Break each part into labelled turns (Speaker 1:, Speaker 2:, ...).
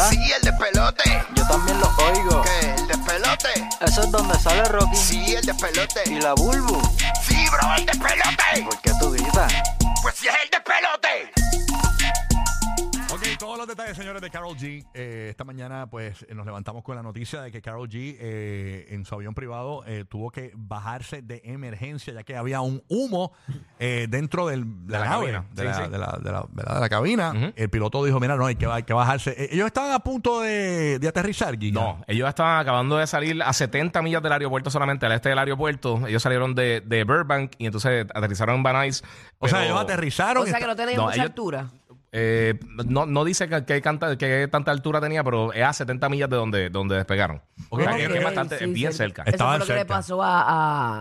Speaker 1: Ah. despelote.
Speaker 2: Yo también los oigo.
Speaker 1: ¿Qué? El despelote.
Speaker 2: Eso es donde sale Rocky.
Speaker 1: Sí, el despelote.
Speaker 2: Y la Bulbu.
Speaker 1: Sí, bro, el despelote.
Speaker 2: ¿Por qué tú gritas?
Speaker 1: Pues si es el despelote.
Speaker 3: Ok, todos los detalles, señores, de Carol G. Eh, esta mañana, pues, eh, nos levantamos con la noticia de que Carol G, eh, en su avión privado, eh, tuvo que bajarse de emergencia, ya que había un humo eh, dentro del- de, la, nave,
Speaker 4: cabina.
Speaker 3: de,
Speaker 4: Sí,
Speaker 3: la,
Speaker 4: sí.
Speaker 3: de la- de la- ¿verdad? De la cabina. El piloto dijo, mira, no, hay que, hay que bajarse. Eh, ellos estaban a punto de, de aterrizar, Giga.
Speaker 4: No, ellos estaban acabando de salir a 70 millas del aeropuerto solamente, al este del aeropuerto. Ellos salieron de, de Burbank y entonces aterrizaron en Van Nuys.
Speaker 3: O sea,
Speaker 4: pero-
Speaker 3: ellos aterrizaron.
Speaker 5: O sea que no tenían
Speaker 4: No,
Speaker 5: mucha
Speaker 4: ellos-
Speaker 5: altura.
Speaker 4: Eh, no, no dice que, que canta- que tanta altura tenía, pero es a 70 millas de donde, donde despegaron.
Speaker 3: Ok,
Speaker 4: O sea,
Speaker 3: ok,
Speaker 4: que es
Speaker 3: ok,
Speaker 4: bastante,
Speaker 5: sí,
Speaker 4: es bien cerca. Eh,
Speaker 5: Eso
Speaker 3: Estaban
Speaker 5: fue lo que le
Speaker 3: cerca.
Speaker 5: pasó a,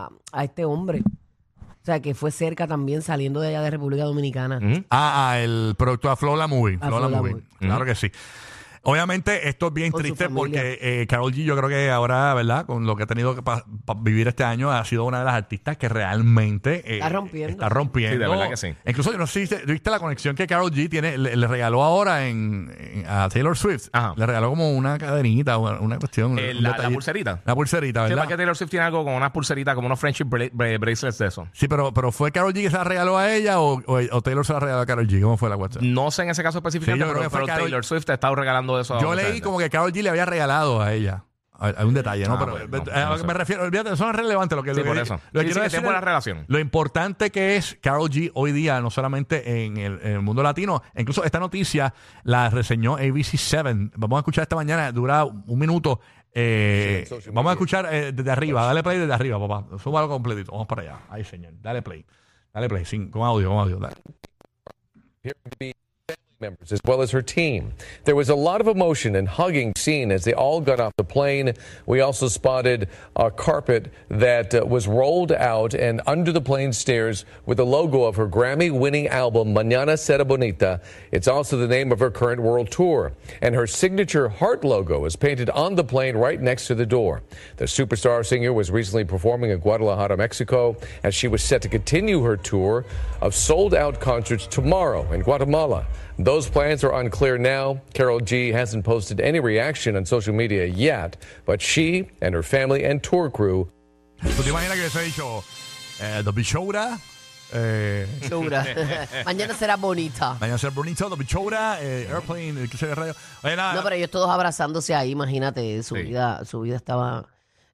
Speaker 5: a, a este hombre. O sea, que fue cerca también saliendo de allá de República Dominicana.
Speaker 4: Ujú.
Speaker 3: Ah, ah, el producto a Flow La Movie.
Speaker 5: A
Speaker 3: Flow La
Speaker 5: Flow La
Speaker 3: Movie.
Speaker 5: Movie.
Speaker 3: Claro que sí. Obviamente, esto es bien
Speaker 5: Con su
Speaker 3: triste
Speaker 5: familia.
Speaker 3: porque eh, Carol G, yo creo que ahora, ¿verdad? Con lo que ha tenido que pa- pa- vivir este año, ha sido una de las artistas que realmente eh,
Speaker 5: Está rompiendo.
Speaker 3: Está rompiendo.
Speaker 4: Sí, de verdad que sí.
Speaker 3: Incluso yo no sé si te- viste la conexión que Carol G tiene, le, le regaló ahora en, en- a Taylor Swift.
Speaker 4: Ajá.
Speaker 3: Le regaló como una cadenita, una, una cuestión.
Speaker 4: Eh,
Speaker 3: un
Speaker 4: la- la
Speaker 3: detallito.
Speaker 4: pulserita.
Speaker 3: La pulserita,
Speaker 4: Sí,
Speaker 3: ¿verdad?
Speaker 4: para que Taylor Swift tiene algo con unas pulseritas, como unos friendship bra- bra- bracelets de eso.
Speaker 3: Sí, pero, pero ¿fue Carol G que se la regaló a ella o, o- o Taylor se la regaló a Carol G? ¿Cómo fue la cuestión?
Speaker 4: No sé en ese caso específicamente,
Speaker 3: yo creo que
Speaker 4: pero,
Speaker 3: fue
Speaker 4: pero
Speaker 3: Karol-
Speaker 4: Taylor Swift te ha estado regalando eso. a
Speaker 3: Yo
Speaker 4: mucha
Speaker 3: leí
Speaker 4: gente.
Speaker 3: como que Carol G le había regalado a ella. A- Algún detalle, ¿no?
Speaker 4: Ah,
Speaker 3: pero
Speaker 4: bueno,
Speaker 3: eh,
Speaker 4: no,
Speaker 3: a lo
Speaker 4: no
Speaker 3: que
Speaker 4: sé.
Speaker 3: me refiero, olvídate, eso no es relevante lo que
Speaker 4: Sí,
Speaker 3: lo que-
Speaker 4: por eso.
Speaker 3: lo que
Speaker 4: Sí,
Speaker 3: quiero
Speaker 4: sí, que
Speaker 3: decir
Speaker 4: tiene buena
Speaker 3: es
Speaker 4: relación.
Speaker 3: Lo importante que es Carol G hoy día, no solamente en el, en el mundo latino, incluso esta noticia la reseñó ABC7. Vamos a escuchar esta mañana, dura un minuto. eh,
Speaker 6: Sí, en social
Speaker 3: vamos a
Speaker 6: media.
Speaker 3: escuchar eh, desde arriba, dale play desde arriba, papá. Súbalo completito, vamos para allá. Ahí, señor, dale play. Dale play, sin, con audio, con audio. dale.
Speaker 6: Here would be family members as well as her team. There was a lot of emotion and hugging seen as they all got off the plane. We also spotted a carpet that uh, was rolled out and under the plane stairs with the logo of her Grammy-winning album Mañana Será Bonita. It's also the name of her current world tour, and her signature heart logo is painted on the plane right next to the door. The superstar singer was recently performing in Guadalajara, Mexico, and she was set to continue her tour of sold out concerts tomorrow in Guatemala. Those plans are unclear now. Carol G hasn't posted any reaction on social media yet, but she and her family and tour crew
Speaker 3: ¿Tú te imaginas que hubiese dicho eh, The Bichota? Eh,
Speaker 5: Altura. Mañana será bonita.
Speaker 3: Mañana será bonito, The Bichota, eh, Airplane, el que se radio. Oye, nada,
Speaker 5: No, pero ellos todos abrazándose ahí, imagínate, su
Speaker 4: Sí.
Speaker 5: vida, su vida estaba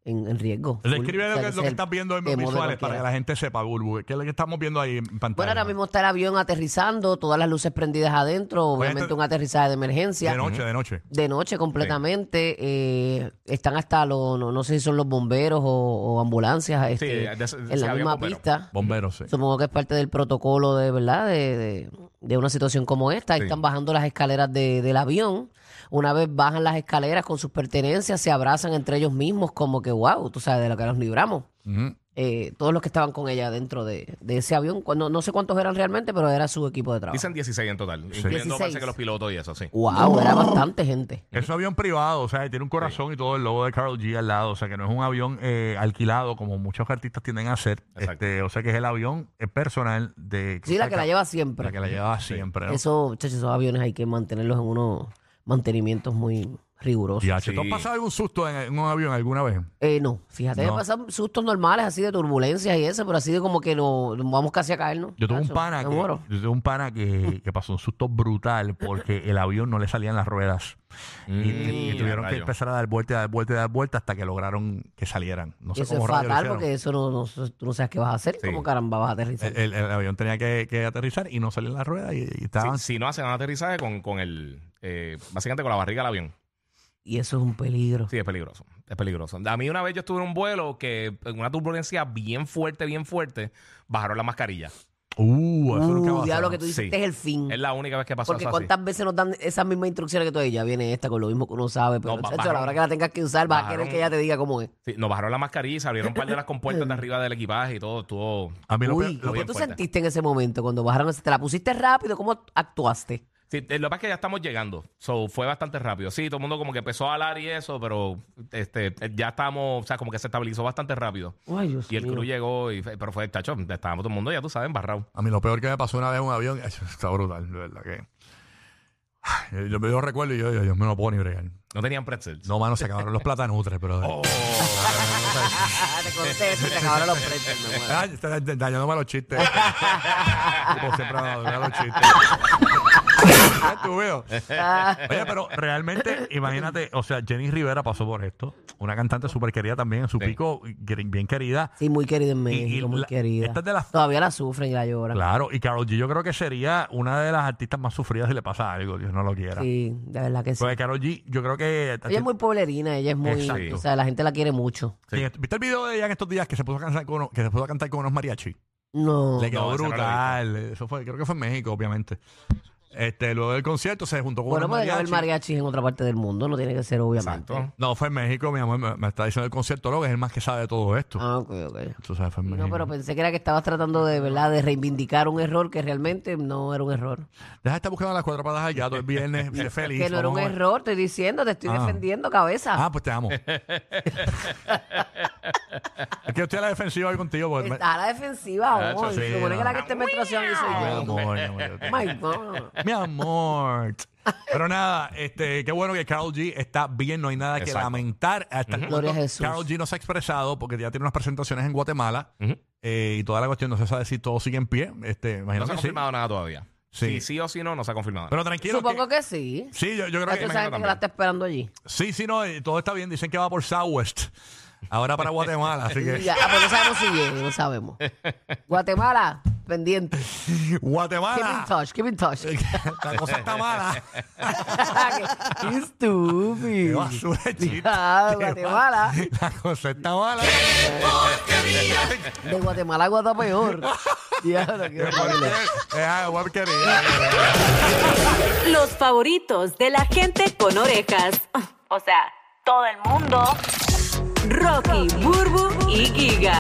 Speaker 5: en, en riesgo.
Speaker 3: describe
Speaker 5: O sea,
Speaker 3: lo que, lo
Speaker 5: ese es
Speaker 3: que
Speaker 5: el
Speaker 3: estás viendo en
Speaker 5: temor de
Speaker 3: visuales para
Speaker 5: cualquiera.
Speaker 3: que la gente sepa, Bulbu. ¿Qué es lo que estamos viendo ahí en pantalla?
Speaker 5: Bueno, ahora mismo está el avión aterrizando, todas las luces prendidas adentro, obviamente
Speaker 3: esto-
Speaker 5: un aterrizaje de emergencia.
Speaker 3: De noche, de noche.
Speaker 5: De noche completamente. eh, están hasta los, no, no sé si son los bomberos o, o ambulancias
Speaker 4: Sí,
Speaker 5: este,
Speaker 4: de- de-
Speaker 5: en
Speaker 4: sí,
Speaker 5: la
Speaker 4: había
Speaker 5: misma
Speaker 4: bomberos.
Speaker 5: pista.
Speaker 3: Bomberos, sí.
Speaker 5: Supongo que es parte del protocolo de verdad de, de- de una situación como esta. Ahí
Speaker 4: Sí.
Speaker 5: Están bajando las escaleras de- del avión. Una vez bajan las escaleras con sus pertenencias, se abrazan entre ellos mismos como que, wow, tú sabes, de lo que nos libramos.
Speaker 3: Ujú.
Speaker 5: Eh, todos los que estaban con ella dentro de, de ese avión, cuando, no sé cuántos eran realmente, pero era su equipo de trabajo.
Speaker 4: Dicen 16 en total, incluyendo
Speaker 5: 16.
Speaker 4: parece que los pilotos y eso, sí.
Speaker 5: wow, era bastante gente.
Speaker 3: Es un avión privado, o sea, tiene un corazón y todo el logo de Carl G al lado, o sea, que no es un avión eh, alquilado como muchos artistas tienden a hacer.
Speaker 4: Exacto.
Speaker 3: Este, o sea, que es el avión eh, personal de.
Speaker 5: Sí, la que la lleva siempre.
Speaker 3: La que la lleva siempre. ¿no?
Speaker 5: Eso, muchachos, esos aviones hay que mantenerlos en unos mantenimientos muy rigurosos.
Speaker 3: Y H, ¿Tú has
Speaker 4: Sí.
Speaker 3: pasado algún susto en, en un avión alguna vez?
Speaker 5: Eh, no, fíjate,
Speaker 3: No.
Speaker 5: me pasan sustos normales así de turbulencias y eso, pero así de como que no nos vamos casi a caernos.
Speaker 3: Yo tuve un
Speaker 5: Tacho,
Speaker 3: pana
Speaker 5: me
Speaker 3: que,
Speaker 5: muero.
Speaker 3: yo tuve un pana que, que pasó un susto brutal porque el avión no le salían las ruedas. Y, y- y
Speaker 4: Mm,
Speaker 3: tuvieron que
Speaker 4: rayo.
Speaker 3: empezar a dar vuelta, y dar vuelta, y dar vuelta hasta que lograron que salieran. No sé
Speaker 5: Eso
Speaker 3: cómo
Speaker 5: es
Speaker 3: rayos lo
Speaker 5: fatal
Speaker 3: hicieron.
Speaker 5: porque eso no, no- tú no sabes qué vas a hacer,
Speaker 4: Sí.
Speaker 5: como caramba vas a aterrizar.
Speaker 3: El, el- el avión tenía que, que aterrizar y no salían las ruedas y, y estaban...
Speaker 4: Si, si no hacen un aterrizaje con, con el. eh, básicamente con la barriga del avión.
Speaker 5: y eso es un peligro.
Speaker 4: Sí, es peligroso. Es peligroso. A mí una vez yo estuve en un vuelo que en una turbulencia bien fuerte, bien fuerte, bajaron la mascarilla.
Speaker 3: Uh, eso nunca va a
Speaker 5: Uh,
Speaker 3: pasar.
Speaker 5: diablo, que tú dices,
Speaker 4: Sí.
Speaker 5: este es el fin.
Speaker 4: Es la única vez que pasó
Speaker 5: Porque
Speaker 4: eso así.
Speaker 5: cuántas veces nos dan esas mismas instrucciones que tú dices, ya viene esta con lo mismo que uno sabe, pero
Speaker 4: No,
Speaker 5: chacho, a la
Speaker 4: bajaron-
Speaker 5: hora que la tengas que usar vas a querer
Speaker 4: bajaron-
Speaker 5: que ella te diga cómo es.
Speaker 4: Sí, nos bajaron la mascarilla y se abrieron un par de las compuertas de arriba del equipaje y todo. Estuvo.
Speaker 3: A mí lo
Speaker 5: Uy,
Speaker 3: peor- lo
Speaker 4: bien
Speaker 5: ¿qué
Speaker 3: peor-
Speaker 5: tú
Speaker 4: fuerte.
Speaker 5: sentiste en ese momento cuando bajaron? ese- ¿Te la pusiste rápido? ¿Cómo actuaste?
Speaker 4: Sí, eh, lo que pasa es que ya estamos llegando. So, fue bastante rápido. Sí, todo el mundo como que empezó a hablar y eso, pero este, eh, ya estábamos, o sea, como que se estabilizó bastante rápido.
Speaker 5: Ay, Dios
Speaker 4: Y el
Speaker 5: mío.
Speaker 4: crew llegó, y, fue- pero fue, chacho, estábamos todo el mundo, ya tú sabes, embarrado.
Speaker 3: a mí lo peor que me pasó una vez en un avión, eso está brutal, de verdad que... Ay, Yo, yo me lo recuerdo y yo, yo, yo me lo puedo ni bregar.
Speaker 4: No tenían pretzels.
Speaker 3: No, mano, se acabaron los platanutres, pero.
Speaker 5: Ah, te conté eso y te acabaron los precios, mi amor.
Speaker 3: Ay, está da- dañándome los chistes. Como siempre dañándome los chistes. Ya tú veo. Oye, pero realmente, imagínate, o sea, Jenny Rivera pasó por esto. Una cantante súper querida también, en su
Speaker 4: Sí.
Speaker 3: pico, que- bien querida.
Speaker 5: Sí, muy querida en
Speaker 3: y
Speaker 5: México, muy
Speaker 3: la-
Speaker 5: querida.
Speaker 3: esta es de las-
Speaker 5: Todavía la sufren y la lloran.
Speaker 3: Claro, y Carol G yo creo que sería una de las artistas más sufridas si le pasa algo, Dios no lo quiera.
Speaker 5: Sí, de verdad que sí.
Speaker 3: Porque Carol G, yo creo que...
Speaker 5: Ella es muy pueblerina, ella es muy...
Speaker 3: Pues, este- Exacto.
Speaker 5: O sea, la gente la quiere mucho.
Speaker 4: Sí.
Speaker 3: Sí, ¿Viste el video de ella en estos días que se puso a cantar con, uno- que se puso a cantar con unos mariachi?
Speaker 5: No.
Speaker 3: Le quedó
Speaker 4: No, esa no la
Speaker 3: brutal. Eso fue, creo que fue en México, obviamente. Este, luego del concierto se juntó con
Speaker 5: Bueno,
Speaker 3: unos
Speaker 5: pues, pueden haber
Speaker 3: mariachi.
Speaker 5: mariachis en otra parte del mundo, no tiene que ser obviamente.
Speaker 4: Exacto.
Speaker 3: No, fue en México, mi amor. Me, me está diciendo el concierto, luego es el más que sabe de todo esto.
Speaker 5: Ah, ok, ok.
Speaker 3: Tú sabes, fue en México.
Speaker 5: No, pero pues- pensé que era que estabas tratando de, ¿verdad?, de reivindicar un error que realmente no era un error.
Speaker 3: Deja de estar buscando las cuatro patas al gato. Es viernes, sé feliz.
Speaker 5: que no era un
Speaker 3: vamos a ver.
Speaker 5: error, estoy diciendo, te estoy
Speaker 3: Ah.
Speaker 5: defendiendo, cabeza.
Speaker 3: Ah, pues te amo. es que yo estoy a la defensiva hoy contigo. porque pues me-
Speaker 5: Está a la defensiva,
Speaker 4: Ah,
Speaker 5: amor.
Speaker 3: eso sí, Ah,
Speaker 5: Se supone
Speaker 3: no.
Speaker 5: que la que está en menstruación yo
Speaker 3: Mi
Speaker 5: soy yo.
Speaker 3: amor, mi amor.
Speaker 5: Oh my God.
Speaker 3: Mi amor. Pero nada, este, qué bueno que Carol G está bien, no hay nada que
Speaker 4: Exacto.
Speaker 3: lamentar. Hasta el
Speaker 5: Gloria a
Speaker 3: momento,
Speaker 5: Jesús.
Speaker 3: Karol G no se ha expresado porque ya tiene unas presentaciones en Guatemala
Speaker 4: Ujú.
Speaker 3: eh, y toda la cuestión no se sabe si todo sigue en pie. Este, imagino
Speaker 4: No se ha
Speaker 3: que sí.
Speaker 4: confirmado nada todavía.
Speaker 3: Sí.
Speaker 4: Sí. Si sí o si no, no se ha confirmado nada.
Speaker 3: Pero tranquilo.
Speaker 5: Supongo
Speaker 3: que-
Speaker 5: que sí.
Speaker 3: Sí, yo, yo creo
Speaker 5: Ya
Speaker 3: que.
Speaker 5: tú sabes que la
Speaker 4: también.
Speaker 5: está esperando allí.
Speaker 3: Sí, sí, no, eh, todo está bien. Dicen que va por Southwest. Ahora para Guatemala, así que.
Speaker 5: Ya, ah, pero no sabemos si llega, no sabemos. Guatemala, pendiente.
Speaker 3: Ah.
Speaker 5: Keep in
Speaker 3: ¡Guatemala!
Speaker 5: touch, keep in touch.
Speaker 3: la cosa está mala.
Speaker 5: Qué
Speaker 3: Qué
Speaker 5: estúpido.
Speaker 3: basura de chiste.
Speaker 5: Ah,
Speaker 3: Qué
Speaker 5: Guatemala.
Speaker 3: mal. La cosa está mala.
Speaker 5: De Guatemala a Guatapeor. Diablo, qué horrible.
Speaker 3: Es porquería.
Speaker 7: Los favoritos de la gente con orejas. O sea, todo el mundo. Rocky, Burbu y Giga.